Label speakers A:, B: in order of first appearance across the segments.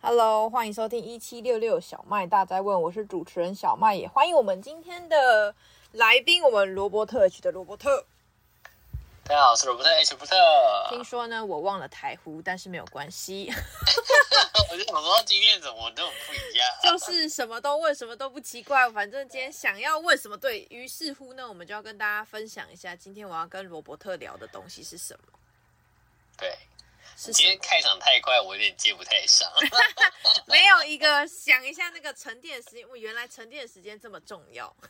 A: Hello，欢迎收听一七六六小麦大灾问，我是主持人小麦，也欢迎我们今天的来宾，我们罗伯特 H 的罗伯特。
B: 大家好，我哎是罗伯特 H 伯特。
A: 听说呢，我忘了台呼，但是没有关 系，
B: 我就想说今天怎么都不一样。啊
A: 就是什么都问，什么都不奇怪。反正今天想要问什么，对于是乎呢，我们就要跟大家分享一下，今天我要跟罗伯特聊的东西是什么？
B: 对，
A: 是什
B: 今天
A: 么？
B: 开场太快，我有点接不太上。
A: 没有一个想一下那个沉淀时间，我原来沉淀时间这么重要。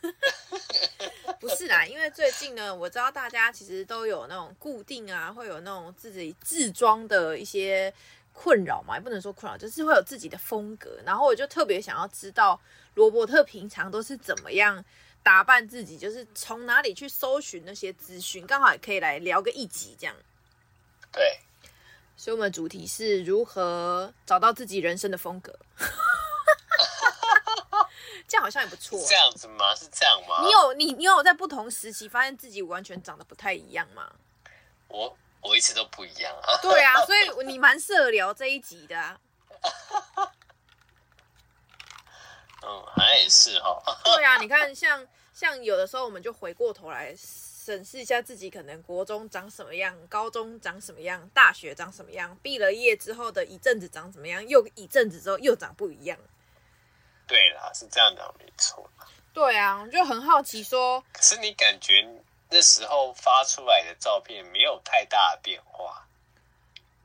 A: 不是啦，因为最近呢，我知道大家其实都有那种固定啊，会有那种自己自装的一些困扰嘛，也不能说困扰，就是会有自己的风格。然后我就特别想要知道罗伯特平常都是怎么样打扮自己，就是从哪里去搜寻那些资讯，刚好也可以来聊个一集这样。
B: 对，
A: 所以我们的主题是如何找到自己人生的风格， 这样好像也不错
B: 是。这啊样子吗？是这样吗？
A: 你有你你有在不同时期发现自己完全长得不太一样吗？
B: 我我一直都不一样啊。
A: 对啊，所以你蛮适合聊这一集的、啊。
B: 嗯，好像也是哈。
A: 对啊，你看像像有的时候我们就回过头来审视一下自己，可能国中长什么样，高中长什么样，大学长什么样，毕了业之后的一阵子长什么样，又一阵子之后又长不一样。
B: 对啦，是这样的，没错。
A: 对啊，我就很好奇说，
B: 可是你感觉那时候发出来的照片没有太大的变化，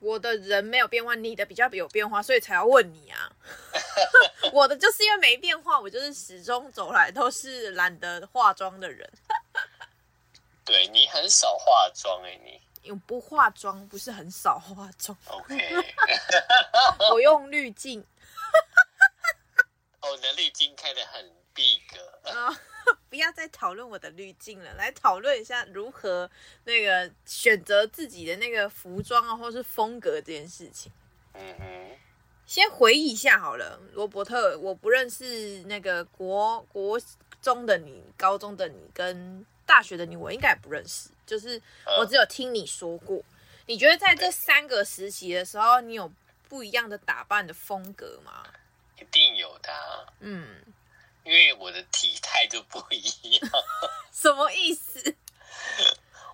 A: 我的人没有变化，你的比较有变化，所以才要问你啊。 我的就是因为没变化，我就是始终走来都是懒得化妆的人。
B: 对你很少化妆哎、你
A: 因为不化妆不是很少化妆，
B: OK？哦
A: 我用滤镜
B: 哦，你的滤镜开的很 big，
A: 啊、不要再讨论我的滤镜了，来讨论一下如何那个选择自己的那个服装啊，或是风格这件事情。
B: 嗯哼，
A: 先回忆一下好了，罗伯特，我不认识那个国国中的你、高中的你跟大学的你，我应该也不认识。就是
B: 嗯
A: 我只有听你说过。你觉得在这三个时期的时候，你有不一样的打扮的风格吗？
B: 一定有的、啊。
A: 嗯，
B: 因为我的体态就不一样。
A: 什么意思？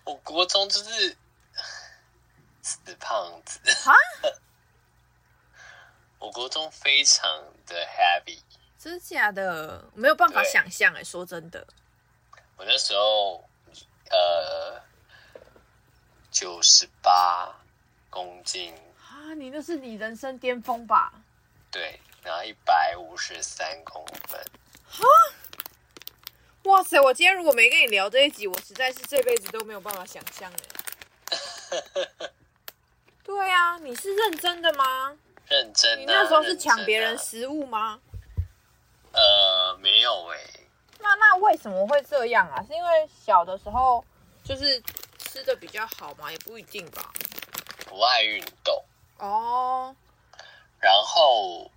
B: 我国中就是死胖子
A: 啊，
B: 我国中非常的 heavy。
A: 真的假的？没有办法
B: 对
A: 想象哎、说真的，
B: 我那时候呃九十八公斤，
A: 啊，你那是你人生巅峰吧？
B: 对，然后一百五十三公分，
A: 哇塞！我今天如果没跟你聊这一集，我实在是这辈子都没有办法想象哎。 对啊，你是认真的吗？
B: 认真、啊。
A: 你那时候是
B: 认真
A: 抢别人
B: 啊
A: 食物吗？
B: 呃，没有哎、
A: 那那为什么会这样啊？是因为小的时候就是吃的比较好嘛，也不一定吧。
B: 不爱运动。
A: 哦，
B: 然后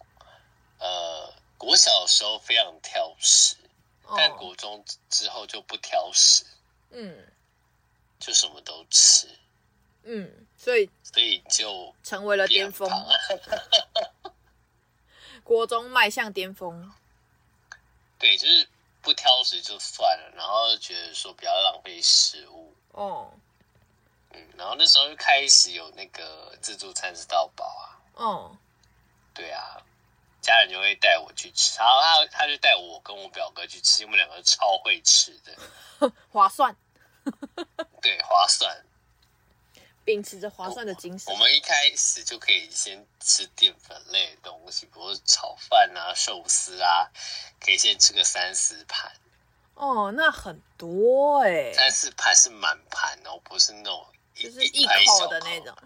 B: 呃，我小时候非常挑食，但
A: 哦，
B: 国中之后就不挑食，
A: 嗯
B: 就什么都吃，
A: 嗯，所以
B: 所以就
A: 成为了巅
B: 变
A: 峰
B: 胖。，
A: 国中迈向巅峰。
B: 对，就是不挑食就算了，然后觉得说不要浪费食物。
A: 哦，
B: 嗯，然后那时候就开始有那个自助餐吃到饱啊，
A: 哦，
B: 对啊，家人就会带我去吃，然后他他就带我跟我表哥去吃，因为我们两个超会吃的，
A: 划算，
B: 对，划算，
A: 秉持着划算的精神
B: 我。们一开始就可以先吃淀粉类的东西，比如说炒饭啊、寿司啊，可以先吃个三四盘。
A: 哦，那很多哎、
B: 三四盘是满盘哦，不是那种一
A: 就是一
B: 一盘
A: 口
B: 小
A: 的那种，，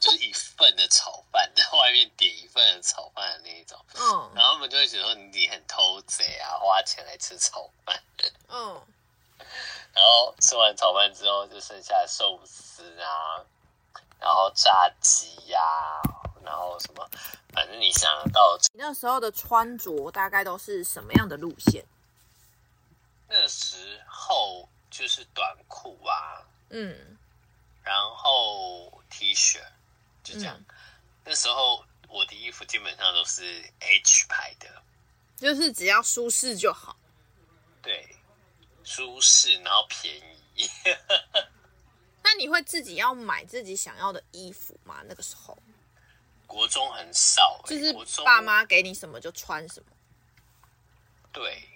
B: 就是一份的炒饭， 在外面点一份的炒饭的那一种。
A: 嗯
B: 然后他们就会觉得说你很偷贼啊，花钱来吃炒饭。
A: 嗯，
B: 然后吃完炒饭之后，就剩下寿司啊，然后炸鸡呀、然后什么，反正你想得到的
A: 你那时候的穿着大概都是什么样的路线？
B: 那时候就是短裤啊，
A: 嗯嗯
B: 然后 T 恤，就这样。那时候我的衣服基本上都是 H 牌的，
A: 就是只要舒适就好。
B: 对，舒适然后便宜。
A: 那你会自己要买自己想要的衣服吗？那个时候
B: 国中很少、欸，
A: 就是
B: 国中
A: 爸妈给你什么就穿什么。
B: 对。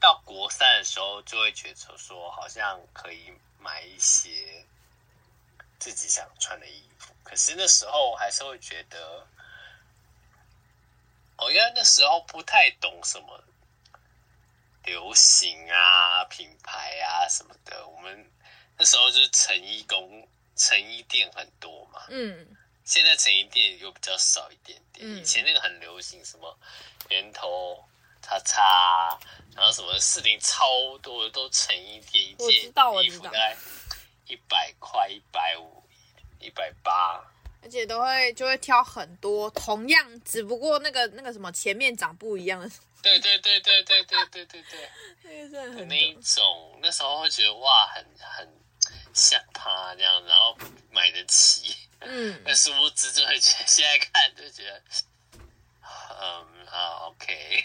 B: 到国三的时候，就会觉得说，好像可以买一些自己想穿的衣服。可是那时候还是会觉得，我应该那时候不太懂什么流行啊、品牌啊什么的。我们那时候就是成衣工、成衣店很多嘛，
A: 嗯，
B: 现在成衣店又比较少一点点。
A: 嗯
B: 以前那个很流行什么圆头叉叉，然后什么事情超多的都成衣店，一
A: 我知
B: 件
A: 道我
B: 衣
A: 知
B: 服
A: 道
B: 大概一百块、一百五、一百八。
A: 而且都会就会挑很多同样，只不过那个那个什么前面长不一样的，
B: 对对对对对对对对对，
A: 那个真的很
B: 那一
A: 多
B: 种那时候会觉得哇，很很像他这样，然后买得起。
A: 嗯，
B: 但殊不知，就会觉得现在看就觉得，嗯啊，OK。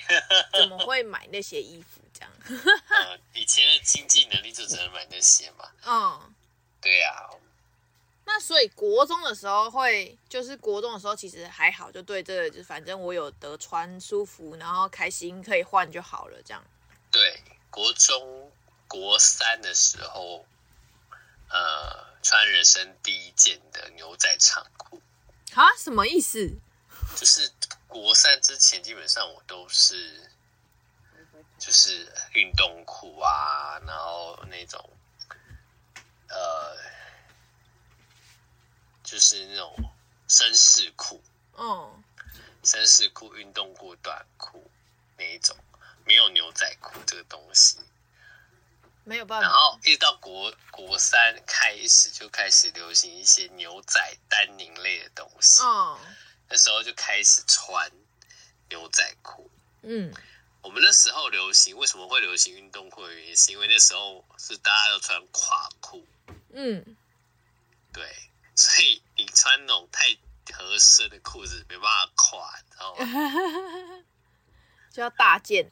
A: 怎么会买那些衣服这样？
B: 呃，以前的经济能力就只能买那些嘛。
A: 嗯，
B: 对啊呀、
A: 那所以国中的时候会，就是国中的时候其实还好，就对这个，就反正我有得穿舒服，然后开心可以换就好了这样。
B: 对，国中国三的时候，呃，穿人生第一件的牛仔长裤，
A: 啊，什么意思？
B: 就是国三之前基本上我都是，就是运动裤啊，然后那种，呃，就是那种绅士裤，
A: 嗯，
B: 绅士裤、运动裤、短裤那一种，没有牛仔裤这个东西。
A: 没有办
B: 然
A: 法。
B: 后一直到国国三开始就开始流行一些牛仔丹宁类的东西，
A: 嗯
B: 那时候就开始穿牛仔裤。
A: 嗯，
B: 我们那时候流行，为什么会流行运动裤的原因，是因为那时候是大家要穿垮裤，
A: 嗯，
B: 对，所以你穿那种太合身的裤子没办法垮，你知道吗？
A: 就要大件，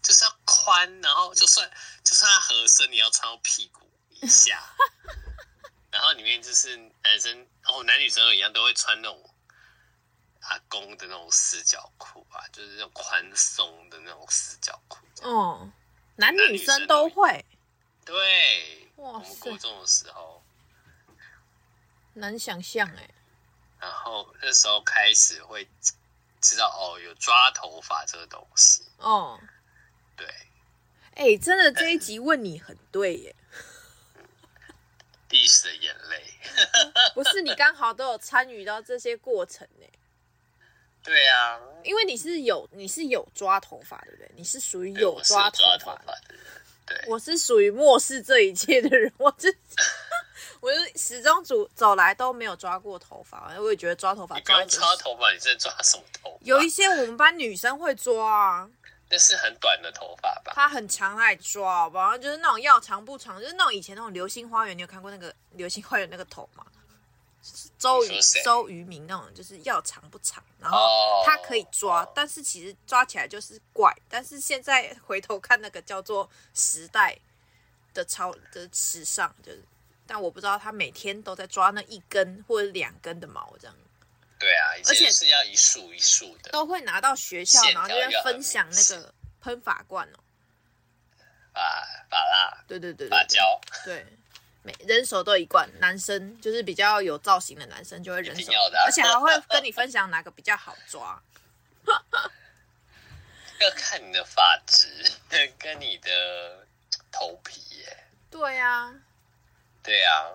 B: 就是要宽，然后就算就算它合身，你要穿到屁股 以下。然后里面就是男生，然后男女生一样都会穿那种阿公的那种四角裤吧，就是那种宽松的那种四角裤。
A: 嗯，男
B: 男
A: 女
B: 女
A: 生
B: 生
A: 都
B: 都
A: 会，
B: 对，
A: 哦哇
B: 我们
A: 塞
B: 国中的时候，
A: 难想象哎、
B: 然后那时候开始会知道哦，有抓头发这个东西。
A: 哦、
B: 对，
A: 哎、真的 这一集问你很对耶，
B: 历史的眼泪。
A: 不是你刚好都有参与到这些过程哎，
B: 对啊，
A: 因为你是有你是有抓头发对不对？你是属于
B: 对
A: 有
B: 哎我是
A: 抓头
B: 抓头
A: 发，
B: 发的人。对，
A: 我是属于漠视这一切的人， 我就是我就是始终走走来都没有抓过头发，我也觉得抓头发
B: 你不用
A: 一整
B: 抓头发，你是抓什么头发？
A: 有一些我们班女生会抓啊，
B: 那是很短的头发吧？
A: 她很长她也抓，好不好？就是那种要长不长，就是那种以前那种流星花园，你有看过那个流星花园那个头吗？就是周
B: 你
A: 渝
B: 说谁
A: 周渝民那种，就是要长不长，然后
B: 哦
A: 她可以抓，但是其实抓起来就是怪。但是现在回头看那个叫做时代的超的时尚，就是，但我不知道她每天都在抓那一根或者两根的毛这样。
B: 对啊，以
A: 而且
B: 前是要一束一束的
A: 都会拿到学校，
B: 线
A: 然后就
B: 条
A: 会
B: 要很
A: 分享那
B: 明显
A: 个喷发罐哦。
B: 发发蜡、
A: 对对对对
B: 发
A: 对，
B: 胶，
A: 对，每人手都一罐。男生就是比较有造型的男生就会人
B: 一
A: 手
B: 定要，的啊
A: 而且还会跟你分享哪个比较好抓。
B: 要看你的发质跟你的头皮耶。
A: 对啊呀、
B: 对啊，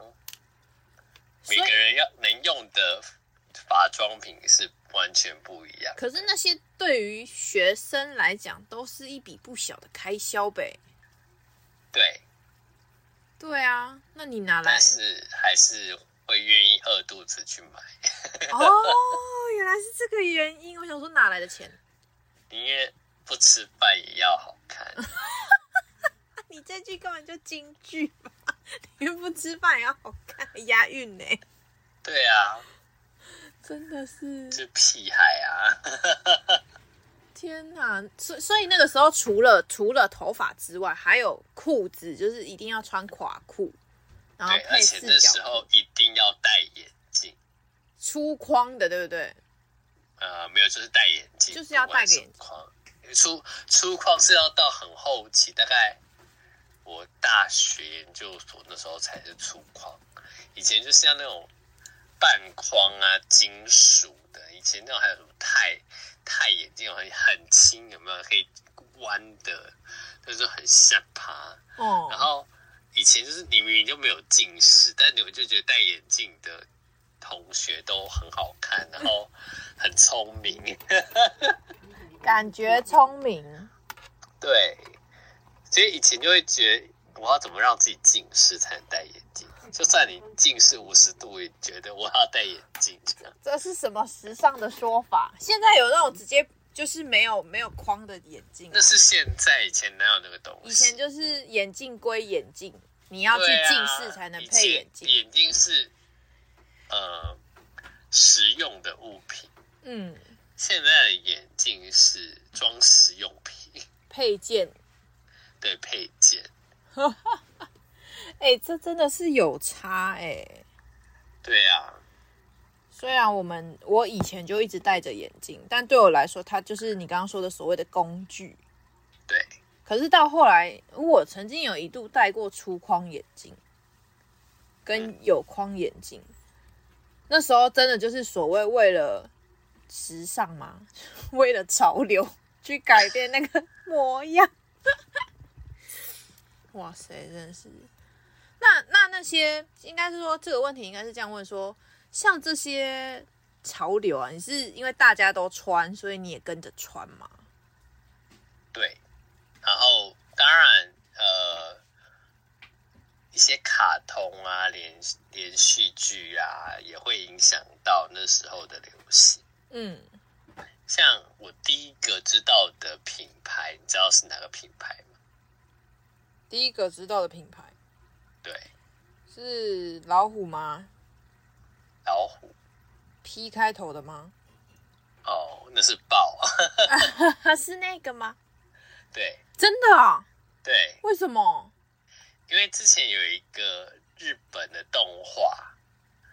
A: 所
B: 每
A: 以
B: 个人要能用的化妆品是完全不一样。
A: 可是那些对于学生来讲，都是一笔不小的开销呗。
B: 对，
A: 对啊，那你哪来
B: 但？是还是会愿意饿肚子去买，啊
A: 哦，原来是这个原因。我想说哪来的钱？
B: 宁愿不吃饭也要好 看。
A: 啊你这句根本就京剧 吧？你不吃饭也要好看，押韵呢、
B: 对啊，
A: 真的是
B: 就屁孩啊，
A: 天哪！所所以那个时候，除了除了头发之外，还有裤子，就是一定要穿垮裤，然后
B: 对，而
A: 配
B: 且
A: 四
B: 那时
A: 角
B: 候一定要戴眼镜，
A: 粗框的，对不对？
B: 呃，没有就是戴眼镜，
A: 就是要戴个眼镜
B: 不管什么框，粗粗框是要到很后期，大概我大学研究所那时候才是粗框，以前就是像那种半框啊，金属的，以前那种还有什么钛钛眼镜很很轻，有没有可以弯的，就是很吓趴。
A: 哦
B: 然，后以前就是你明明就没有近视，但你们就觉得戴眼镜的同学都很好看，然后很聪明，
A: 感觉聪明，啊
B: 对，所以以前就会觉得我要怎么让自己近视才能戴眼镜？就算你近视五十度，也觉得我要戴眼镜这样。
A: 这是什么时尚的说法？现在有那种直接就是没有没有框的眼镜啊，
B: 那是现在，以前哪有那个东西？
A: 以前就是眼镜归眼镜，你要去
B: 对啊
A: 近视才能
B: 以
A: 配
B: 前
A: 眼镜。
B: 眼镜是呃实用的物品，
A: 嗯，
B: 现在的眼镜是装饰用品。
A: 配件，
B: 对配件，
A: 哎、这真的是有差哎、
B: 对啊，
A: 虽然我们我以前就一直戴着眼镜，但对我来说，它就是你刚刚说的所谓的工具。
B: 对，
A: 可是到后来，我曾经有一度戴过粗框眼镜，跟有框眼镜。那时候真的就是所谓为了时尚嘛， 为了潮流去改变那个模样。 哇塞，真的是。那那那些应该是说这个问题应该是这样问说，像这些潮流啊，你是因为大家都穿，所以你也跟着穿吗？
B: 对，然后当然呃，一些卡通啊、连连续剧啊，也会影响到那时候的流行。
A: 嗯，
B: 像我第一个知道的品牌，你知道是哪个品牌吗？
A: 第一个知道的品牌。
B: 对，
A: 是老虎吗
B: 老虎
A: ？P 开头的吗？
B: 哦，那是豹，
A: 啊是那个吗？
B: 对
A: 真的啊？
B: 对，
A: 为什么？
B: 因为之前有一个日本的动画，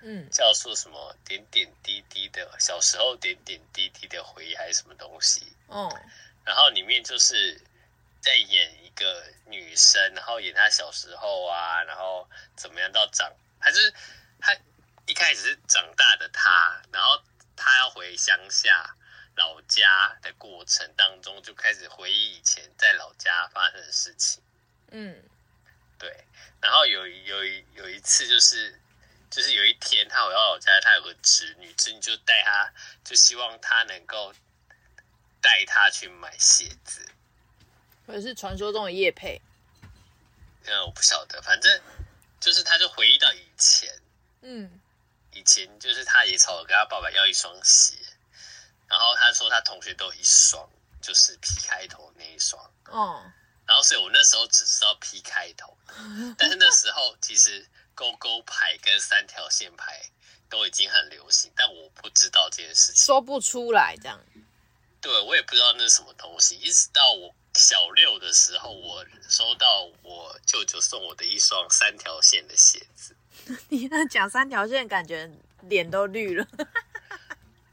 A: 嗯，
B: 叫做什么点点滴滴的，小时候点点滴滴的回忆还是什么东西。
A: 哦，
B: 然后里面就是在演一个女生，然后演她小时候啊，然后怎么样到长，还是她一开始是长大的她，然后她要回乡下老家的过程当中，就开始回忆以前在老家发生的事情。
A: 嗯，
B: 对，然后有一有一有一次就是就是有一天他回到老家，他有个侄女，侄女就带他，就希望他能够带他去买鞋子。
A: 可是传说中的叶配。
B: 嗯，我不晓得，反正就是他就回忆到以前，
A: 嗯，
B: 以前就是他也吵着跟他爸爸要一双鞋，然后他说他同学都有一双，就是 P 开头那一双。
A: 哦，
B: 然后所以我那时候只知道 P 开头，但是那时候其实勾勾牌跟三条线牌都已经很流行，但我不知道这件事情，
A: 说不出来这样。
B: 对我也不知道那是什么东西，一直到我小六的时候，我收到我舅舅送我的一双三条线的鞋子，
A: 你那讲三条线，感觉脸都绿了。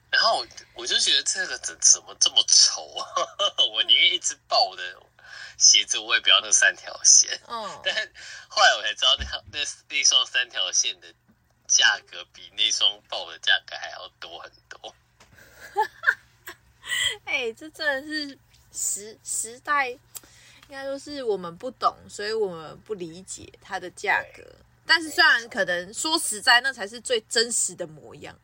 B: 然后我就觉得这个怎怎么这么丑啊， 我宁愿一只爆的鞋子，我也不要那三条线。
A: 嗯，
B: 但后来我才知道那条那那双三条线的价格比那双豹的价格还要多很多。
A: 哎、这真的是时时代，应该说是我们不懂，所以我们不理解它的价格。但是虽然可能说实在，那才是最真实的模样。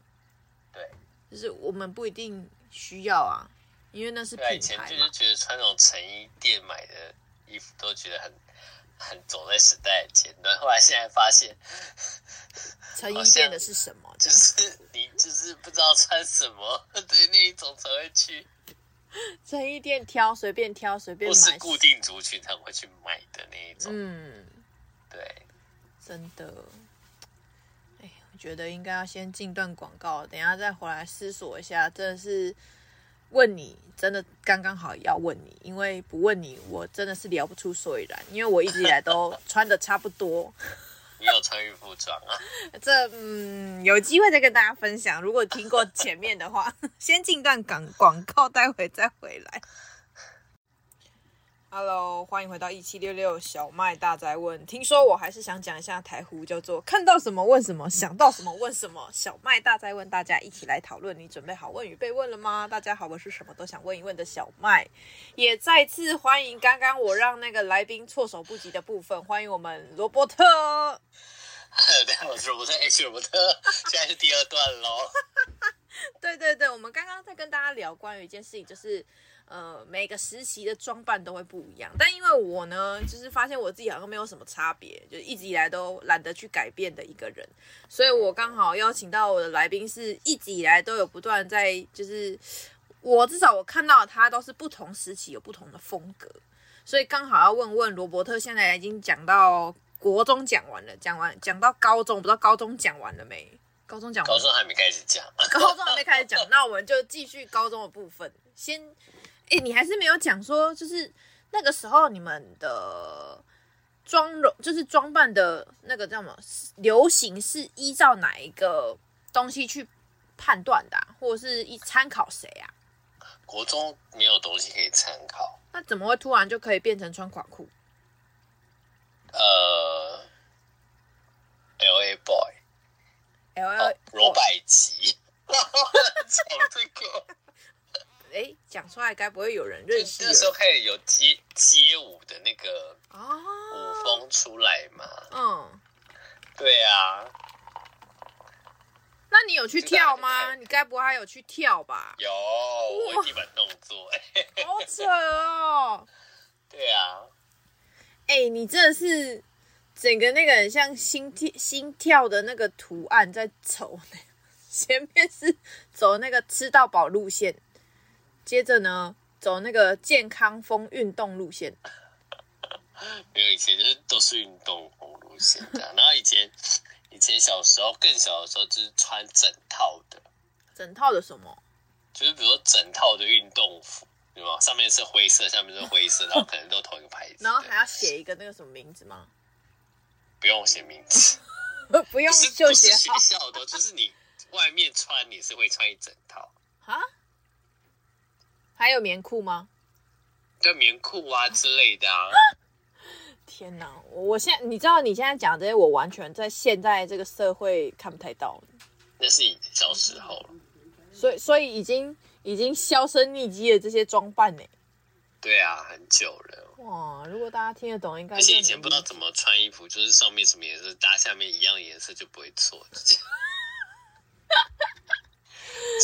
B: 对，
A: 就是我们不一定需要啊，因为那是
B: 对啊，以
A: 品
B: 前
A: 牌
B: 就
A: 嘛
B: 是。觉得穿那种成衣店买的衣服都觉得很很走在时代的前端，后来现在发现，
A: 成衣
B: 好像
A: 店的是什么？这
B: 就
A: 样
B: 是你就是不知道穿什么， 对那一种才会去，
A: 成衣店挑随便挑随便
B: 不
A: 买，
B: 是固。定族群才会去买的那一种。
A: 嗯，
B: 对，
A: 真的。哎，觉得应该要先进段广告，等一下再回来思索一下。真的是问你，真的刚刚好要问你，因为不问你，我真的是聊不出所以然，因为我一直以来都穿的差不多。
B: 你有穿孕妇装啊？
A: 这嗯，有机会再跟大家分享。如果听过前面的话， 先进段广广告，待会再回来。Hello，欢迎回到一七六六小麦大宅问。听说我还是想讲一下台呼，叫做看到什么问什么，想到什么问什么。小麦大宅问，大家一起来讨论。你准备好问与被问了吗？大家好，我是什么都想问一问的小麦，也再次欢迎刚刚我让那个来宾措手不及的部分，欢迎我们罗伯特。
B: 大家好，我是罗伯特 H 罗伯特，现在是第二段喽。
A: 对对对，我们刚刚在跟大家聊关于一件事情，就是呃每个时期的装扮都会不一样，但因为我呢，就是发现我自己好像没有什么差别，就一直以来都懒得去改变的一个人，所以我刚好邀请到我的来宾是一直以来都有不断在，就是我至少我看到他都是不同时期有不同的风格，所以刚好要问问罗伯特，现在已经讲到国中讲完了，讲完讲到高中，不知道高中讲完了没？高中讲完
B: 高
A: 了
B: 中还没开始讲，
A: 高中还没开始讲，那我们就继续高中的部分。先，哎、你还是没有讲说，就是那个时候你们的妆容，就是装扮的那个叫什么流行，是依照哪一个东西去判断的啊、或者是一参考谁啊？
B: 国中没有东西可以参考。
A: 那怎么会突然就可以变成穿垮裤
B: 呃，L A Boy，
A: ？L
B: 哦
A: L，
B: 罗百吉，
A: 哦
B: 讲这个，
A: 哎，讲出来该不会有人
B: 就
A: 认识
B: 那时候开始有街街舞的那哦
A: 啊？
B: 个舞风出来嘛？
A: 嗯，
B: 对啊，
A: 那你有去跳吗？你该不会还有去跳 吧？
B: 有我有地板动作，哎，
A: 好扯哦！
B: 对啊，
A: 哎、你真的是整个那个很像心跳心跳的那个图案在走呢，前面是走那个吃到饱路线，接着呢走那个健康风运动路线。
B: 没有以前就是都是运动红路线的啊，然后以前以前小时候更小的时候就是穿整套的，
A: 整套的什么？
B: 就是比如说整套的运动服，对吗？上面是灰色，下面是灰色，然后可能都同一个牌子的，
A: 然后还要写一个那个什么名字吗？
B: 不用写名字，
A: 不用
B: 不是
A: 就
B: 不
A: 写
B: 是学
A: 好
B: 校的哦，就是你外面穿你是会穿一整套，
A: 啊？还有棉裤吗？
B: 就棉裤啊之类的啊，
A: 天哪！我我现在你知道你现在讲这些，我完全在现在这个社会看不太到。
B: 那是你小时候了，
A: 所以所以已经已经销声匿迹的这些装扮呢。欸
B: 对啊，很久了。
A: 哇，如果大家听得懂，应该
B: 而
A: 就
B: 且
A: 很
B: 以前不知道怎么穿衣服，就是上面什么颜色搭下面一样颜色就不会错。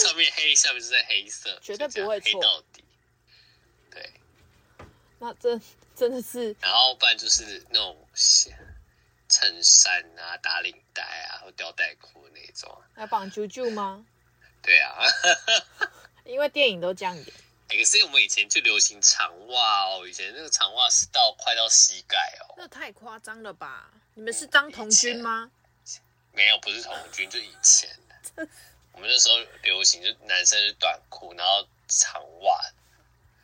B: 上面黑，下面是在黑色，
A: 绝对
B: 就这样
A: 不会错
B: 黑到底。对，
A: 那真真的是
B: 然后不然就是那种衬衫啊、打领带啊、或吊带裤那种。啊
A: 来绑啾啾吗？
B: 对啊，
A: 因为电影都这样演，
B: 欸可是我们以前就流行长袜哦，以前那个长袜是到快到膝盖哦。
A: 那太夸张了吧？你们是张童军吗？
B: 没有，不是童军，就以前。我们那时候流行，就男生是短裤，然后长袜，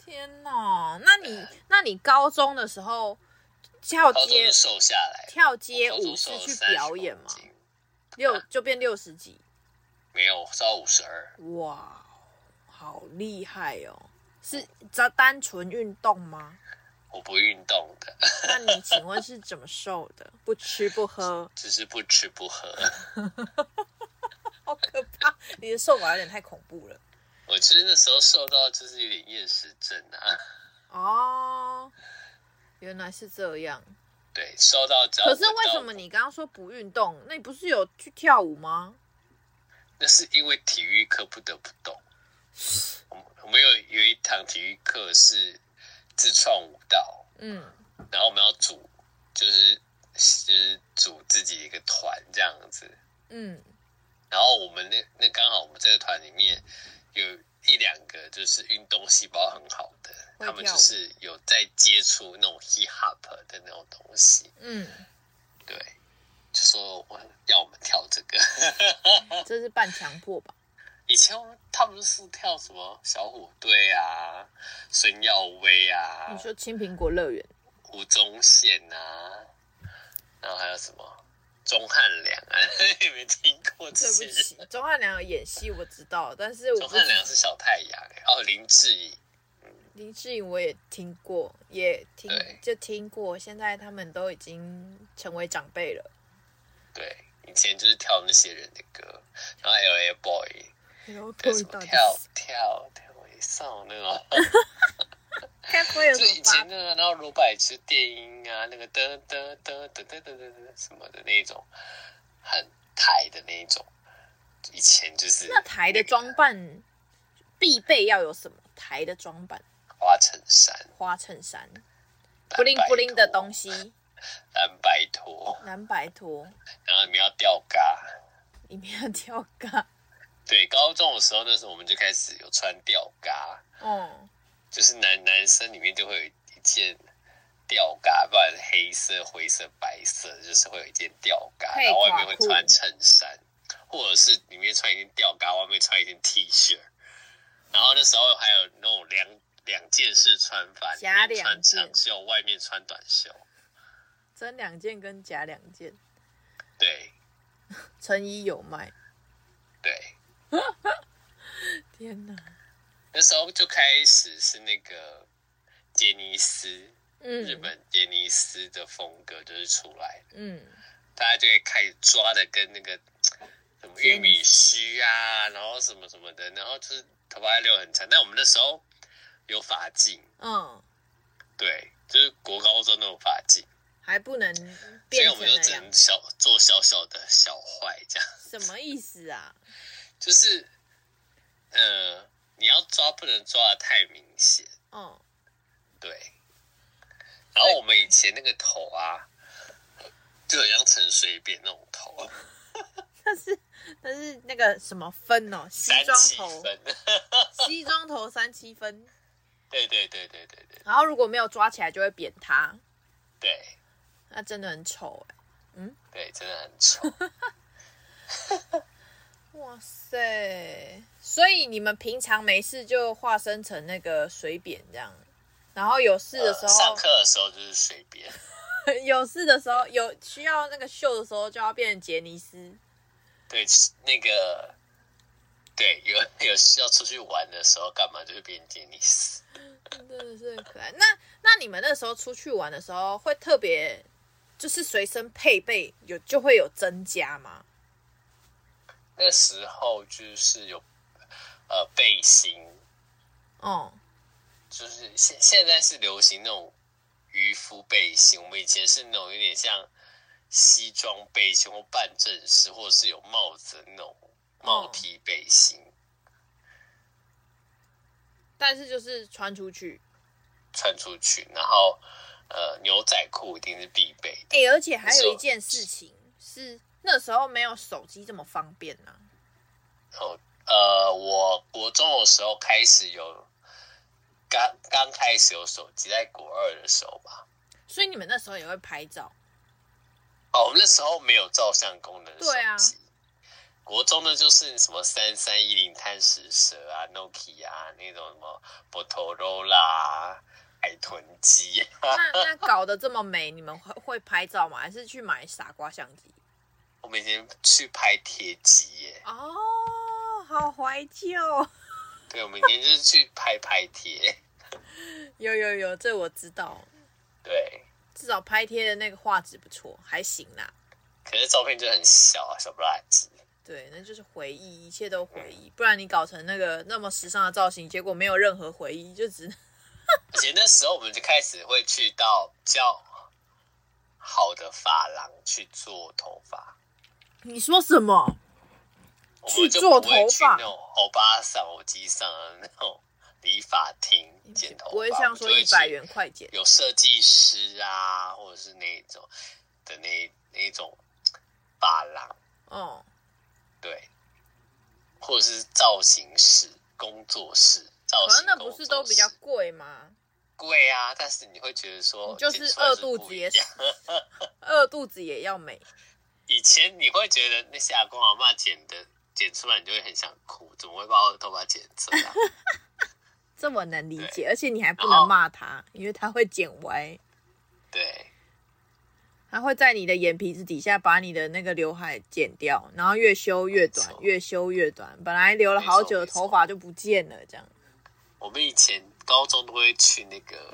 A: 天哪！那你那你高中的时候跳
B: 高中
A: 街
B: 就瘦下来了，
A: 跳街
B: 高
A: 舞
B: 中
A: 是
B: 瘦了
A: 去
B: 30
A: 表演吗
B: 公？斤？
A: 六就变六十几，
B: 没有，瘦到五十二，
A: 哇，好厉害哦！是只单纯运动吗？
B: 我不运动的，
A: 那你请问是怎么瘦的？不吃不喝，
B: 只是不吃不喝。
A: 好可怕！你的瘦法有点太恐怖了
B: 我其实那时候瘦到就是有点厌食症啊，
A: 哦。原来是这样，
B: 对，瘦到只要
A: 可是
B: 闻
A: 为
B: 到
A: 什么你刚刚说不运动？那你不是有去跳舞吗？
B: 那是因为体育课不得不 动。我们我们有有一堂体育课是自创舞蹈，
A: 嗯，
B: 然后我们要组，就是就是组自己一个团这样子。
A: 嗯，
B: 然后我们那那刚好我们这个团里面有一两个就是运动细胞很好的，
A: 会
B: 他们
A: 跳
B: 就
A: 舞
B: 是有在接触那种 hip hop 的那种东西，
A: 嗯，
B: 对。就说我要我们跳这个。
A: 这是半强迫吧？
B: 以前我们他们是跳什么小虎队啊、孙耀威啊
A: 你、说青苹果乐园，
B: 吴宗宪啊，然后还有什么钟汉良啊， 你没听过这
A: 对
B: 些
A: 不
B: 人？
A: 起，钟汉良有演戏我知道，但是我
B: 钟
A: 不
B: 汉良是小太阳、欸，还有林志颖。
A: 林志颖我也听过，也听
B: 对
A: 就听过，现在他们都已经成为长辈了。
B: 对，以前就是跳那些人的歌，然后 L A Boy
A: 然
B: 跟什么跳跳跳一少那种，
A: 该不会有
B: 就
A: 什么
B: 以前
A: 吧？
B: 那个，然后罗百吉电音啊，那个噔噔噔噔噔噔噔噔什么的那种，很台的那一种。以前就是
A: 那台的装扮必备要有什么？台的装扮，
B: 花衬衫、
A: 花衬衫，
B: 蓝
A: 布灵布灵的
B: 白拖
A: 东西，
B: 蓝白拖，
A: 蓝白拖，
B: 然后你们要吊嘎。
A: 里面要吊嘎。
B: 对，高中的时候那时候我们就开始有穿吊嘎，
A: 哦，
B: 就是男男生里面就会有一件吊嘎，不然黑色、灰色、白色，就是会有一件吊嘎，
A: 配
B: 然后外面
A: 垮
B: 会
A: 裤
B: 穿衬衫，或者是里面穿一件吊嘎，外面穿一件 T 恤。然后那时候还有那种两两件式穿法，里
A: 假
B: 面
A: 两
B: 穿
A: 件
B: 长袖，外面穿短袖。
A: 真两件跟假两件，
B: 对
A: 成衣有卖。
B: 对，
A: 天哪！
B: 那时候就开始是那个杰尼斯，
A: 嗯，
B: 日本杰尼斯的风格就是出来了。
A: 嗯，
B: 大家就会开始抓的跟那 个什么玉米须啊，然后什么什么的，然后就是头发要留很长。但我们那时候有发髻，
A: 嗯，
B: 对，就是国高中那种发髻，
A: 还不能
B: 所
A: 变
B: 以我
A: 成
B: 们就
A: 那
B: 只
A: 样
B: 能，小做小小的小坏这样，
A: 什么意思啊？
B: 就是呃，你要抓不能抓的太明显，
A: 哦，
B: 对。然后我们以前那个头啊，就很像陈水扁那种头，
A: 但是但是那个什么分哦，西
B: 三
A: 装
B: 七
A: 头，
B: 分，
A: 西装头三七分，
B: 对对对对对对
A: 然后如果没有抓起来就会扁他，
B: 对。
A: 那真的很丑哎、
B: 对，真的很丑。
A: 哇塞！所以你们平常没事就化身成那个水扁这样，然后有事的时
B: 呃上
A: 候，
B: 课的时候就是随便，
A: 有事的时候有需要那个秀的时候就要变成杰尼斯。
B: 对，那个，对，有 有需要出去玩的时候干嘛就会变杰尼斯。
A: 真的是很可爱。那那你们那时候出去玩的时候，会特别就是随身配备有就会有增加吗？
B: 那时候就是有呃背心，
A: 哦、
B: 就是现现在是流行那种渔夫背心，我们以前是那种有点像西装背心或半正式，或者是有帽子的那种
A: 嗯
B: 帽体背心。
A: 但是就是穿出去，
B: 穿出去，然后呃牛仔裤一定是必备的。
A: 哎、而且还
B: 没
A: 有
B: 错
A: 一件事情是那时候没有手机这么方便啊呐、
B: 哦，呃，我国中的时候开始有，刚刚开始有手机，在国二的时候吧。
A: 所以你们那时候也会拍照，
B: 哦，我们那时候没有照相功能的手
A: 对啊
B: 机。国中的就是什么三三一零贪食蛇啊、Nokia 啊那种什么 Motorola 啊、海豚机啊，
A: 那那搞得这么美，你们会会拍照吗？还是去买傻瓜相机？
B: 我们以前去拍贴机耶，
A: 哦，好怀旧，
B: 对，我们以前就是去拍拍贴，
A: 有有有，这我知道，
B: 对，
A: 至少拍贴的那个画质不错，还行啦。
B: 可是照片就很小啊，小不拉几。
A: 对，那就是回忆，一切都回忆。不然你搞成那个那么时尚的造型，结果没有任何回忆，就只能
B: 而且那时候我们就开始会去到比较好的发廊去做头发，
A: 你说什么？
B: 我们就
A: 做
B: 不会
A: 头
B: 去
A: 发
B: 那种欧巴桑、欧基上的那种理发厅剪头发，
A: 不会像说
B: 我们
A: 一
B: 就会
A: 百
B: 去
A: 元快剪，
B: 有设计师啊，或者是那一种的那那一种发廊，
A: 哦、
B: 对，或者是造型师工作室。造
A: 可是
B: 型
A: 那
B: 工
A: 不是
B: 作
A: 都比较
B: 室
A: 贵吗？
B: 贵啊？但是你会觉得说
A: 你就
B: 哦剪
A: 是
B: 出来
A: 饿肚
B: 不
A: 子
B: 一
A: 也
B: 样
A: 饿肚子也要美，
B: 以前你会觉得那些阿公阿嬷剪的剪出来，你就会很想哭，怎么会把我的头发剪这样？
A: 这我能理解，
B: 对
A: 而且你还不
B: 然后
A: 能骂他，因为他会剪歪，
B: 对
A: 他会在你的眼皮子底下把你的那个刘海剪掉，然后越修越短
B: 没，错
A: 越修越短，本来留了好久的
B: 没错
A: 头发就不见了，这样。
B: 我们以前高中都会去那个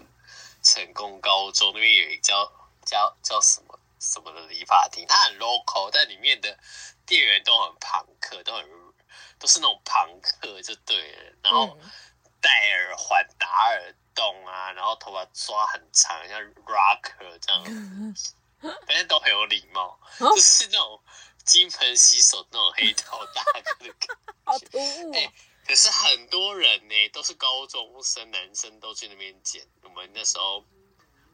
B: 成功高中那边有一叫叫叫什么什么的理发厅，它很 local，但里面的店员都很朋克，都很都是那种朋克就对了，然后。
A: 嗯
B: 戴耳环、打耳洞啊，然后头发抓很长，像 rocker 这样子，但是都很有礼貌，
A: 哦
B: 就是那种金盆洗手那种黑头大哥的感
A: 好突兀、
B: 觉。
A: 哦
B: 哎，可是很多人呢、都是高中生，男生都去那边剪。我们那时候，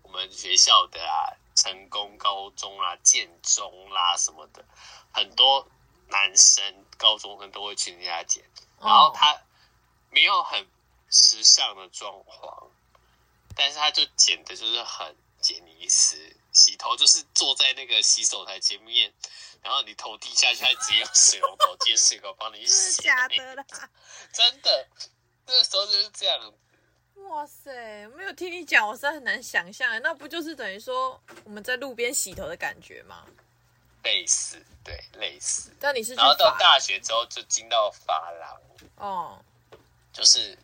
B: 我们学校的啊，成功高中啦、建中啦什么的，很多男生高中生都会去人家剪。
A: 哦
B: 然后他没有很时尚的装潢，但是他就剪的就是很杰尼斯，洗头就是坐在那个洗手台前面，然后你头低下去，他直接用水龙头接水口帮你
A: 真
B: 洗
A: 的，假的啦？
B: 真的，那个时候就是这样，
A: 哇塞，没有听你讲，我实在很难想象，欸那不就是等于说我们在路边洗头的感觉吗？
B: 类似，对，类似。
A: 但你是去
B: 然后到
A: 法
B: 大学之后就进到发廊，
A: 哦，
B: 就是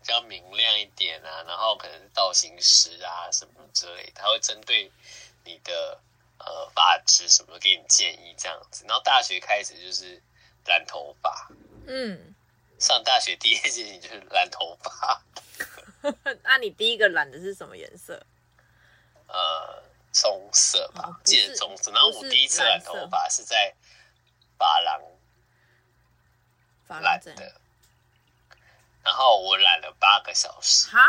B: 比较明亮一点啊，然后可能是造型师啊什么之类，他会针对你的呃发质什么给你建议这样子。然后大学开始就是染头发，
A: 嗯，
B: 上大学第一件事情就是染头发，
A: 那你第一个染的是什么颜色？
B: 呃，棕色
A: 哦
B: 吧，
A: 不是
B: 记得棕色。然后
A: 不
B: 我
A: 是
B: 第一次染头发是在发廊
A: 法
B: 染
A: 郎怎样？
B: 的，然后我染了八个小时，
A: 哈？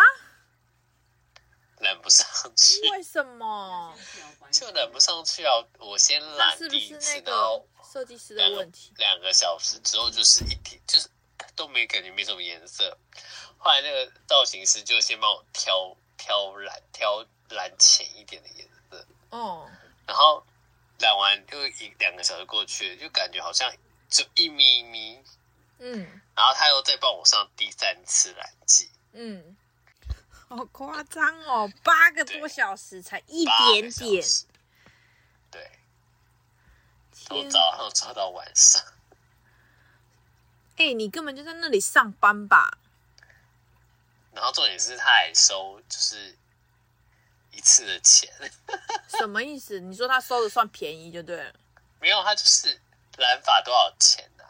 B: 染不上去。
A: 为什么？
B: 就染不上去啊！我先
A: 那
B: 染
A: 是不
B: 第一
A: 是
B: 次，
A: 那
B: 然
A: 个
B: 后
A: 设计师的
B: 两个
A: 问题？
B: 两个小时之后就是一点，就是都没感觉没什么颜色。后来那个造型师就先帮我挑挑染挑染浅一点的颜色，
A: 哦，
B: 然后染完就一两个小时过去，就感觉好像就一咪一咪。
A: 嗯
B: 然后他又再帮我上第三次染剂，
A: 嗯，好夸张哦，八个多
B: 对
A: 小时才一
B: 八
A: 点
B: 个小
A: 点，
B: 时对，从
A: 天
B: 早上抓到晚上。
A: 哎、你根本就在那里上班吧？
B: 然后重点是他还收就是一次的钱，
A: 什么意思？你说他收的算便宜就对了。
B: 没有他就是染发多少钱啊？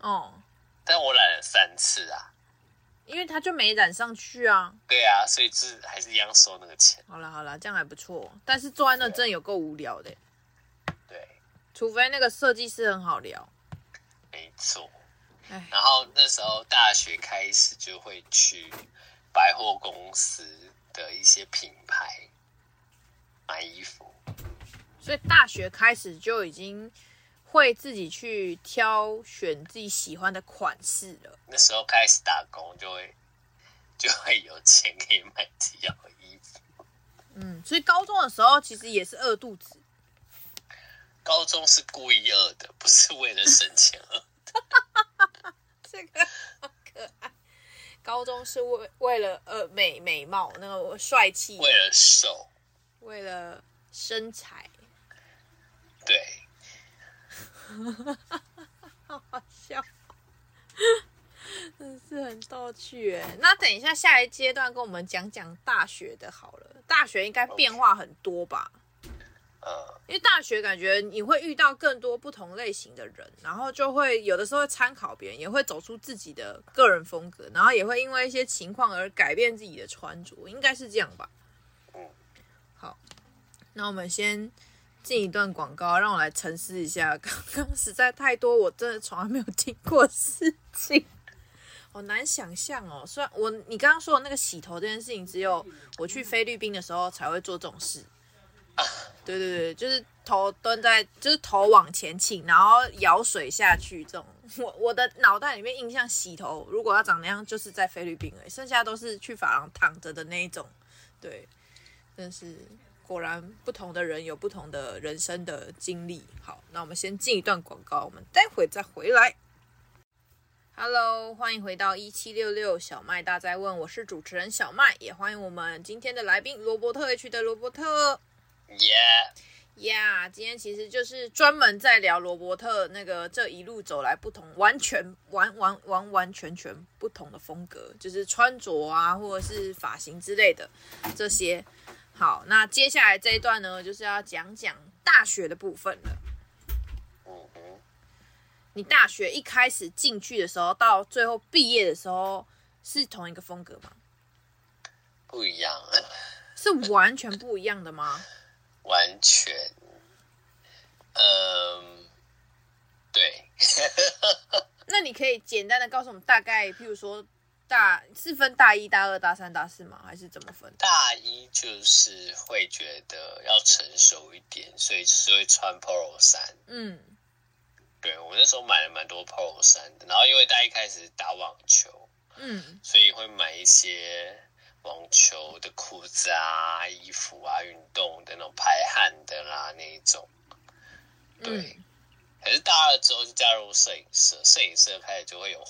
A: 哦，
B: 但我染了三次啊，
A: 因为他就没染上去啊。
B: 对啊，所以就是还是一样收那个钱，
A: 好了好了，这样还不错，但是坐在那
B: 对啊
A: 真的有够无聊的，
B: 对，
A: 除非那个设计师很好聊。
B: 没错
A: 哎。
B: 然后那时候大学开始就会去百货公司的一些品牌买衣服，
A: 所以大学开始就已经会自己去挑选自己喜欢的款式了。
B: 那时候开始打工就会 就会有钱可以买自己要的衣服。
A: 嗯，所以高中的时候其实也是饿肚子，
B: 高中是故意饿的，不是为了省钱 饿。
A: 这个好可爱。高中是为为了呃美美貌那个帅气，
B: 为了瘦，
A: 为了身材，
B: 对，
A: 好笑， 真是很逗趣哎。那等一下下一阶段跟我们讲讲大学的好了，大学应该变化很多吧
B: 呃，
A: 因为大学感觉你会遇到更多不同类型的人，然后就会有的时候会参考别人，也会走出自己的个人风格，然后也会因为一些情况而改变自己的穿着，应该是这样吧
B: 嗯。
A: 好，那我们先进一段广告，让我来沉思一下，刚刚实在太多我真的从来没有听过的事情。好难想象哦，虽然我你刚刚说的那个洗头这件事情，只有我去菲律宾的时候才会做这种事。对对对，就是头蹲在，就是头往前倾，然后舀水下去这种。我我的脑袋里面印象洗头，如果要长那样，就是在菲律宾而已，剩下都是去法郎躺着的那一种。对，真是果然不同的人有不同的人生的经历。好，那我们先进一段广告，我们待会再回来。Hello，欢迎回到一七六六小麦大在问，我是主持人小麦，也欢迎我们今天的来宾罗伯特 H 的罗伯特。
B: 耶！
A: 呀，今天其实就是专门在聊罗伯特那个这一路走来不同，完全完完完完全全不同的风格，就是穿着啊，或者是发型之类的这些。好，那接下来这一段呢，就是要讲讲大学的部分了。
B: 嗯哼，
A: 你大学一开始进去的时候，到最后毕业的时候，是同一个风格吗？
B: 不一样，
A: 是完全不一样的吗？
B: 完全。嗯，对，
A: 那你可以简单的告诉我们，大概譬如说大是分大一、大二、大三、大四吗？还是怎么分？
B: 大一就是会觉得要成熟一点，所以就是会穿 polo 衫。
A: 嗯，
B: 对我那时候买了蛮多 polo 衫的，然后因为大一开始打网球，
A: 嗯，
B: 所以会买一些网球的裤子啊、衣服啊、运动的那种排汗的啦那一种。对，
A: 嗯
B: 可是大二之后就加入摄影社，摄影社开始就会有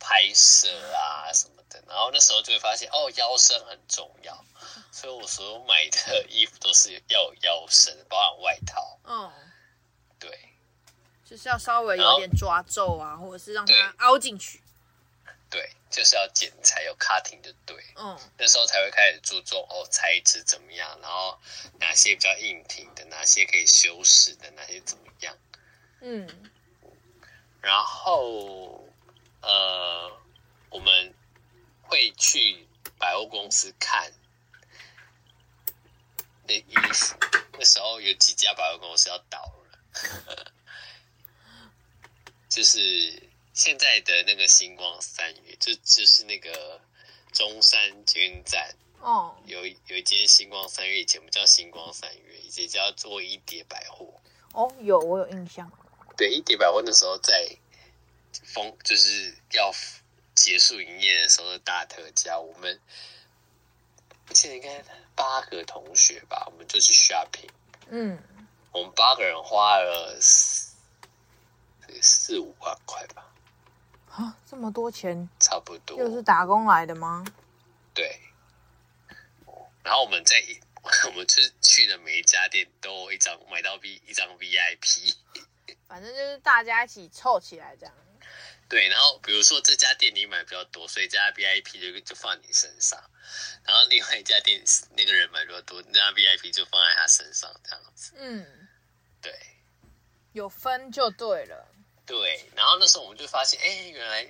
B: 拍摄啊什么的，然后那时候就会发现哦，腰身很重要，所以我所有买的 衣服都是要有腰身，包含外套。
A: 哦，
B: 对，
A: 就是要稍微有点抓皱啊，或者是让它
B: 对
A: 凹进去。
B: 对，就是要剪裁有 cutting 就对。
A: 嗯
B: 那时候才会开始注重哦材质怎么样，然后哪些比较硬挺的，哪些可以修饰的，哪些怎么样。
A: 嗯
B: 然后呃，我们会去百货公司看那衣服。那时候有几家百货公司要倒了，就是现在的那个星光三月，就就是那个中山捷运站。
A: 哦，
B: 有一有一间星光三月，以前不叫星光三月，以前叫做一叠百货。
A: 哦，有我有印象。
B: 对，一叠百货那时候在封，就是要结束营业的时候的大特价，我们我记得应该八个同学吧，我们就去 shopping，
A: 嗯，
B: 我们八个人花了四四五万块吧，
A: 啊，这么多钱，
B: 差不多。
A: 又是打工来的吗？
B: 对，然后我们在 一我们就是去的每一家店都有一张买到 V 一张 VIP。
A: 反正就是大家一起凑起来这样。
B: 对，然后比如说这家店你买比较多，所以这家 VIP 就就放你身上，然后另外一家店那个人买比较多，那家 VIP 就放在他身上这样子。
A: 嗯，
B: 对
A: 有分就对了。
B: 对，然后那时候我们就发现，哎，原来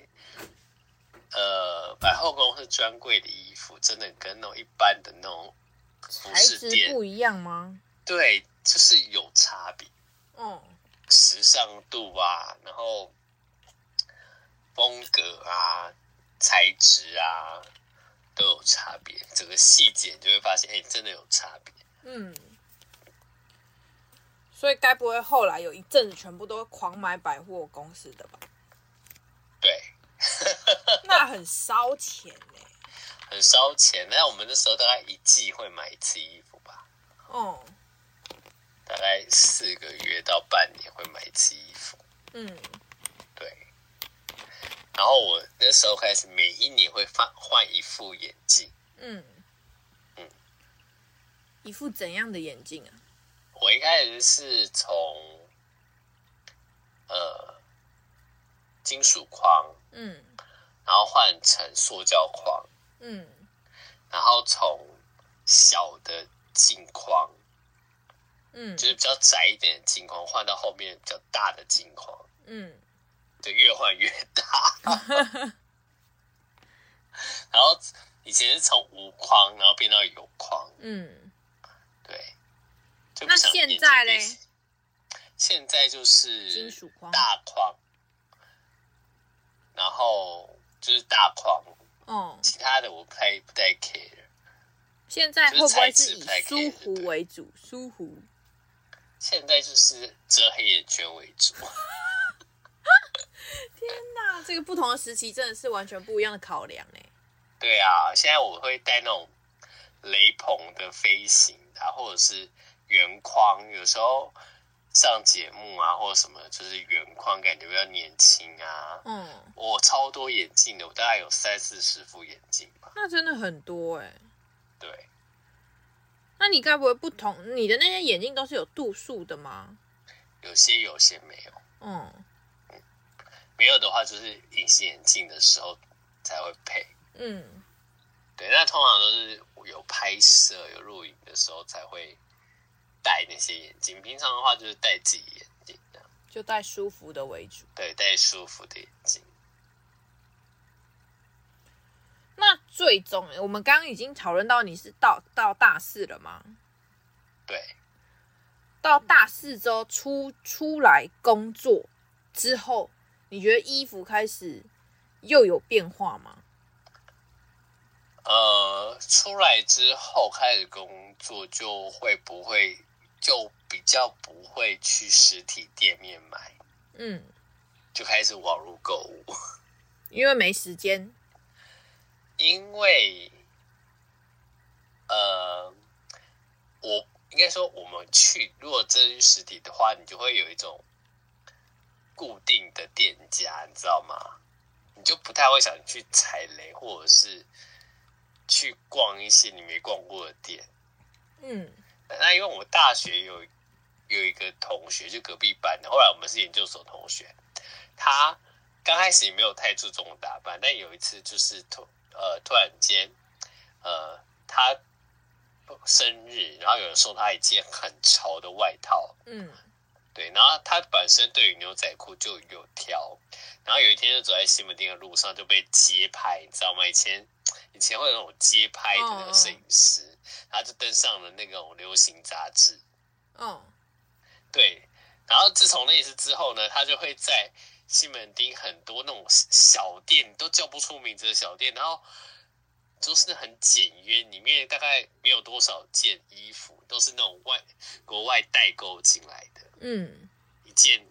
B: 呃百货公司专柜的衣服真的跟那种一般的那种服
A: 材
B: 饰
A: 质
B: 店，
A: 不一样吗？
B: 对，就是有差别，
A: 哦，
B: 时尚度啊，然后风格啊、材质啊都有差别，整个细节你就会发现，哎、真的有差别。
A: 嗯，所以该不会后来有一阵子全部都狂买百货公司的 吧？
B: 对，
A: 那很烧钱呢、
B: 很烧钱。但我们那时候大概一季会买一次衣服吧，
A: 哦，
B: 大概四个月到半年会买一次衣服。
A: 嗯，
B: 对。然后我那时候开始，每一年会换换一副眼镜。
A: 嗯
B: 嗯，
A: 一副怎样的眼镜啊？
B: 我一开始是从呃金属框，
A: 嗯
B: 然后换成塑胶框，
A: 嗯
B: 然后从小的镜框，
A: 嗯
B: 就是比较窄一点的镜框，换到后面比较大的镜框，
A: 嗯，
B: 对，越换越 大。然后以前是从无框，然后变到有框，
A: 嗯，
B: 对。就不
A: 那
B: 想
A: 现
B: 眼睛
A: 在
B: 被
A: 嘞？
B: 现在就是
A: 金属框。
B: 大框，然后就是大框，
A: 哦，
B: 其他的我不太不太 care。
A: 现在会不会是以
B: 就是材
A: 舒
B: 质
A: 服为主？舒服
B: 现在就是遮黑眼圈为主，
A: 那这个不同的时期真的是完全不一样的考量哎、
B: 对啊，现在我会戴那种雷朋的飞行啊，或者是圆框，有时候上节目啊或者什么，就是圆框感觉比较年轻啊。
A: 嗯，
B: 我超多眼镜的，我大概有三四十副眼镜吧。
A: 那真的很多哎、
B: 对，
A: 那你该不会不同你的那些眼镜都是有度数的吗？
B: 有些有些没有，
A: 嗯
B: 没有的话就是隐形眼镜的时候才会配。
A: 嗯，
B: 对，那通常都是有拍摄、有录影的时候才会戴那些眼镜，平常的话就是戴自己眼镜这样，
A: 就戴舒服的为主。
B: 对，戴舒服的眼镜。
A: 那最终我们刚刚已经讨论到你是到到大四了吗？
B: 对，
A: 到大四之后出出来工作之后，你觉得衣服开始又有变化吗？
B: 呃，出来之后开始工作，就会不会就比较不会去实体店面买，
A: 嗯，
B: 就开始网络购物，
A: 因为没时间。
B: 因为呃，我应该说我们去，如果真的去实体的话，你就会有一种固定的店家，你知道吗？你就不太会想去踩雷，或者是去逛一些你没逛过的店。
A: 嗯
B: 那因为我大学有有一个同学，就隔壁班的，后来我们是研究所同学。他刚开始也没有太注重打扮，但有一次就是突呃突然间呃他生日，然后有人送他一件很潮的外套，
A: 嗯
B: 对，然后他本身对于牛仔裤就有挑，然后有一天就走在西门町的路上就被街拍，你知道吗？以前以前会有那种街拍的那个摄影师，他就登上了那种流行杂志，
A: 哦
B: 对。然后自从那一次之后呢，他就会在西门町很多那种小店都叫不出名字的小店，然后就是很简约，里面大概没有多少件衣服，都是那种外国外代购进来的。
A: 嗯
B: 一件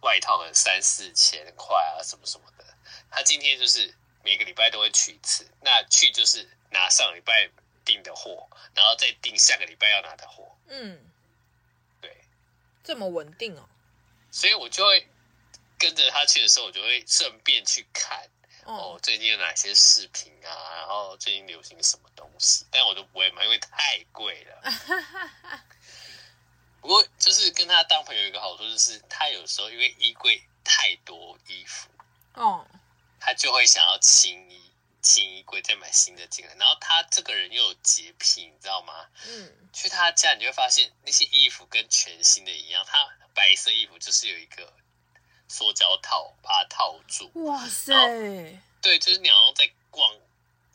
B: 外套可能三四千块啊，什么什么的。他今天就是每个礼拜都会去一次，那去就是拿上礼拜订的货，然后再订下个礼拜要拿的货。
A: 嗯，
B: 对，
A: 这么稳定哦。
B: 所以我就会跟着他去的时候，我就会顺便去看哦
A: 哦，，
B: 最近有哪些视频啊，然后最近流行什么东西，但我都不会买，因为太贵了。不过就是跟他当朋友有一个好处，就是他有时候因为衣柜太多衣服，
A: 哦，
B: 他就会想要清衣清衣柜，再买新的进来。然后他这个人又有洁癖，你知道吗？
A: 嗯
B: 去他家，你就会发现那些衣服跟全新的一样。他白色衣服就是有一个塑胶套把它套住，
A: 哇塞，
B: 对，就是你好像在逛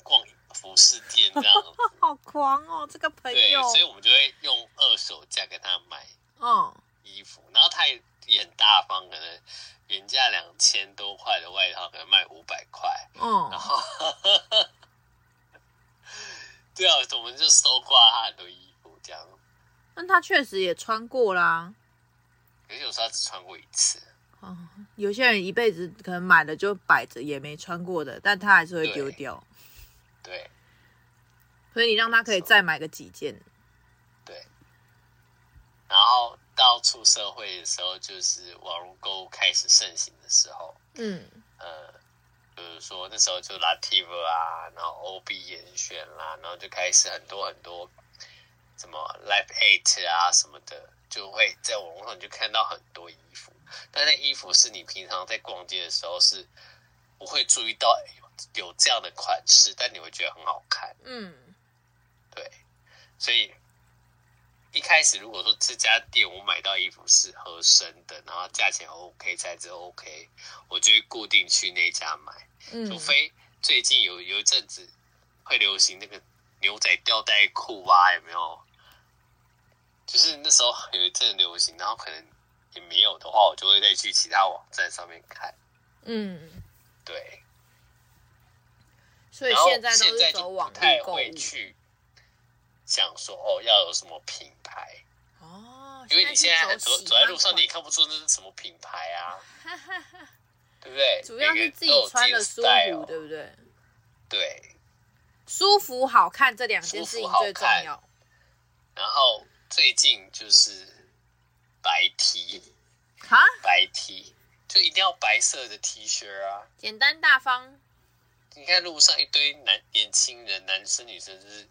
B: 逛服饰店这样子。
A: 好狂哦，这个朋
B: 对，
A: 友。
B: 所以我们就会用二手价跟他买
A: 哦，
B: 衣服，然后他也也很大方，可能原价两千多块的外套，可能卖五百块。然
A: 哦，
B: 后，对啊，我们就搜刮他很多衣服，这样，
A: 那他确实也穿过啦。
B: 可是有时候他只穿过一次，
A: 哦，有些人一辈子可能买了就摆着，也没穿过的，但他还是会丢掉。
B: 对
A: 所以你让他可以再买个几件。
B: 对。然后到出社会的时候，就是网络购物开始盛行的时候，
A: 嗯
B: 呃，比如说那时候就 Lativ 啊，然后 OB 严选啦，然后就开始很多很多什么 Live Eight 啊什么的，就会在网络上你就看到很多衣服，但那衣服是你平常在逛街的时候是不会注意到有有这样的款式，但你会觉得很好看，
A: 嗯
B: 对，所以。一开始如果说这家店我买到衣服是合身的，然后价钱 OK 材质 OK，我就会固定去那家买。
A: 嗯
B: 除非最近有有一阵子会流行那个牛仔吊带裤啊，有没有？就是那时候有一阵流行，然后可能也没有的话，我就会再去其他网站上面看。
A: 嗯，
B: 对，
A: 所以
B: 然后
A: 现在都
B: 现在
A: 是
B: 就
A: 走
B: 不
A: 网
B: 太
A: 络购
B: 会
A: 物。
B: 去想说哦要有什么品牌，
A: 哦，
B: 因为你现在很多
A: 是走喜欢
B: 走在路上你也
A: 款
B: 看不出那是什么品 牌啊，对不对？
A: 主要
B: 每个
A: 是
B: 人
A: 自
B: 都
A: 己
B: 有
A: 穿
B: 己
A: 的
B: 的
A: 舒
B: style
A: 服，对不对？
B: 对
A: 舒服好看这两件事情最重
B: 舒服
A: 要。
B: 然后最近就是白 T，
A: 哈，
B: 白 T 就一定要白色的 T 恤啊！
A: 简单大方。
B: 你看路上一堆男年轻人，男生女生就是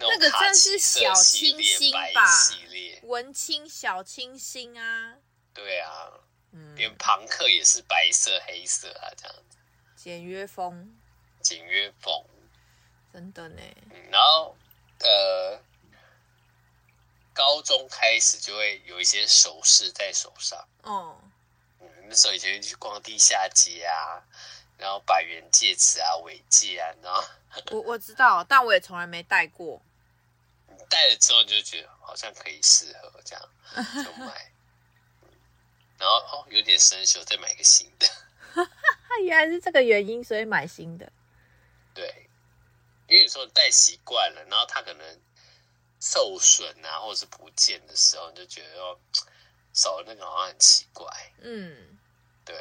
B: 那
A: 那个
B: 种卡
A: 真是
B: 其色
A: 小
B: 系
A: 清
B: 列、
A: 新
B: 白
A: 吧
B: 系列，
A: 文青小清新啊，
B: 对啊，
A: 嗯，
B: 连朋克也是白色、黑色啊，这样子
A: 简约风，
B: 简约风。
A: 真的呢。
B: 嗯，然后呃，高中开始就会有一些首饰在手上。
A: 哦，
B: 嗯，那时候以前去逛地下街啊，然后百元戒指啊、尾戒啊，然后
A: 我我知道，但我也从来没戴过。
B: 你戴了之后你就觉得好像可以适合这样，就买。然后哦，有点生锈，再买个新的。
A: 那原来是这个原因，所以买新的。
B: 对，因为有时候戴习惯了，然后它可能受损啊，或者是不见的时候，你就觉得哦，少了那个好像很奇怪。
A: 嗯，
B: 对，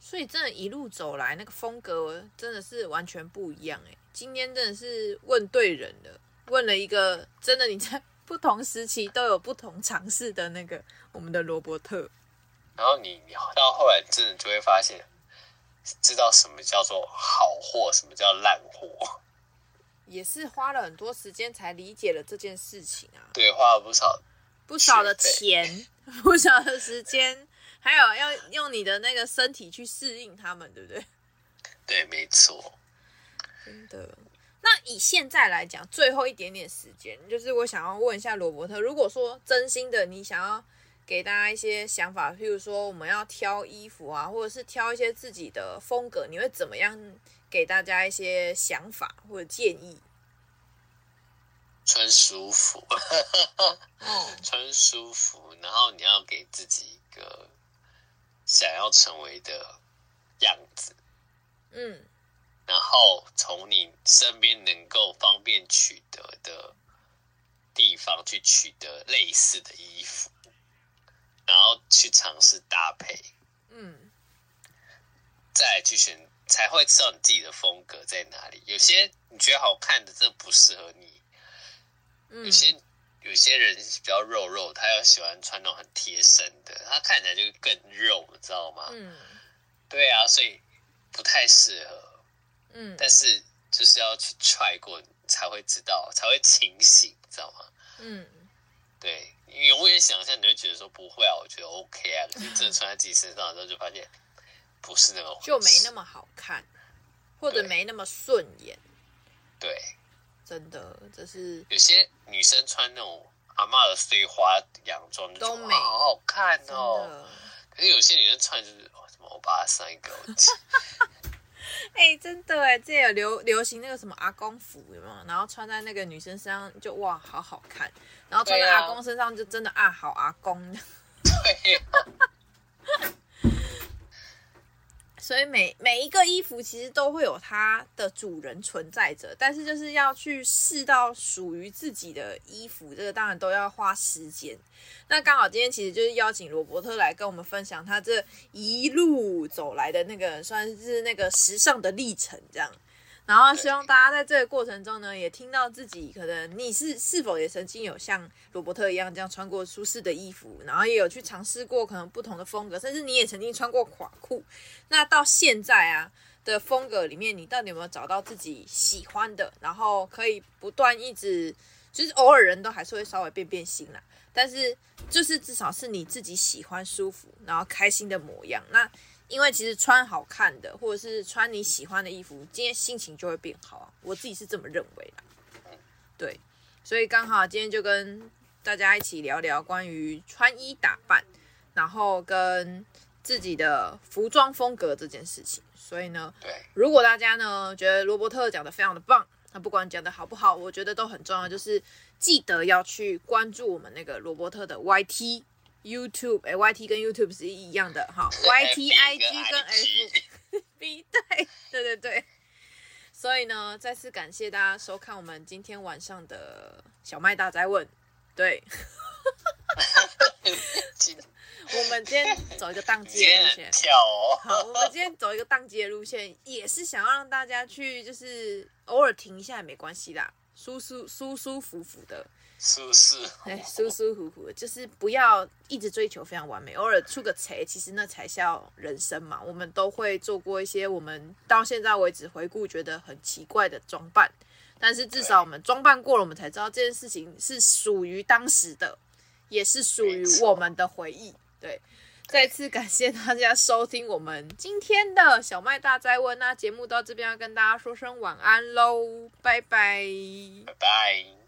A: 所以真的，一路走来，那个风格真的是完全不一样哎。今天真的是问对人了，问了一个真的你在不同时期都有不同尝试的那个我们的罗伯特。
B: 然后你你到后来真的就会发现，知道什么叫做好货，什么叫烂货。
A: 也是花了很多时间才理解了这件事情啊，
B: 对，花了不少，
A: 不少的钱， 不少的时间，还有要用你的那个身体去适应他们，对不对？
B: 对，没错。
A: 真的。那以现在来讲，最后一点点时间，就是我想要问一下罗伯特，如果说真心的，你想要给大家一些想法，譬如说我们要挑衣服啊，或者是挑一些自己的风格，你会怎么样给大家一些想法或者建议？
B: 穿舒服，
A: 哦，
B: 穿舒服，然后你要给自己一个想要成为的样子，
A: 嗯，
B: 然后从你身边能够方便取得的地方去取得类似的衣服，然后去尝试搭配，
A: 嗯，
B: 再来去选，才会知道你自己的风格在哪里。有些你觉得好看的，真的不适合你；
A: 嗯
B: 有些有些人比较肉肉，他又喜欢穿那种很贴身的，他看起来就更肉，你知道吗？
A: 嗯
B: 对啊，所以不太适合。
A: 嗯，
B: 但是就是要去 try 过，你才会知道，才会清醒，你知道吗？
A: 嗯，
B: 对，你永远想象，你会觉得说不会啊，我觉得 OK 啊，可是真的穿在自己身上的时候，就发现不是那个回事，
A: 就没那么好看，或者
B: 对
A: 没那么顺眼，
B: 对。
A: 真的，这是
B: 有些女生穿那种阿嬷的碎花洋装，就觉
A: 都
B: 得
A: 美
B: 哇好好看
A: 真
B: 哦。
A: 的。
B: 可是有些女生穿就是哦什么欧巴桑一个，我
A: 哎、真的哎，这有流流行那个什么阿公服有没有？然后穿在那个女生身上就哇，好好看，然后穿在
B: 对啊
A: 阿公身上就真的啊，好阿公。
B: 对呀、
A: 所以每每一个衣服其实都会有它的主人存在着，但是就是要去试到属于自己的衣服，这个当然都要花时间。那刚好今天其实就是邀请罗伯特来跟我们分享他这一路走来的那个算是那个时尚的历程，这样。然后希望大家在这个过程中呢，也听到自己可能你是是否也曾经有像罗伯特一样这样穿过舒适的衣服，然后也有去尝试过可能不同的风格，甚至你也曾经穿过垮裤。那到现在啊的风格里面，你到底有没有找到自己喜欢的，然后可以不断一直，就是偶尔人都还是会稍微变变心啦，但是就是至少是你自己喜欢、舒服，然后开心的模样。那因为其实穿好看的，或者是穿你喜欢的衣服，今天心情就会变好啊。我自己是这么认为啦。对，所以刚好今天就跟大家一起聊聊关于穿衣打扮，然后跟自己的服装风格这件事情。所以呢，
B: 对，
A: 如果大家呢觉得罗伯特讲的非常的棒，那不管讲的好不好，我觉得都很重要，就是记得要去关注我们那个罗伯特的 YT。YouTube，哎、y t 跟 YouTube 是一样的哈 ，YT、IG
B: 哎
A: 跟 F
B: IG
A: B 对对对对。所以呢，再次感谢大家收看我们今天晚上的小麦大宅问。对
B: 今
A: 我们今天走一个宕机的
B: 天
A: 路
B: 很
A: 线，
B: 跳哦。
A: 好，我们今天走一个宕机的路线，也是想要让大家去就是偶尔停一下也没关系啦，舒舒舒舒服服的，
B: 舒适，
A: 哎，舒舒服服的，就是不要一直追求非常完美，偶尔出个贼，其实那才叫人生嘛。我们都会做过一些我们到现在为止回顾觉得很奇怪的装扮，但是至少我们装扮过了，我们才知道这件事情是属于当时的，也是属于我们的回忆。对，再次感谢大家收听我们今天的小麦大灾问，那节目到这边要跟大家说声晚安喽，拜拜。
B: 拜拜。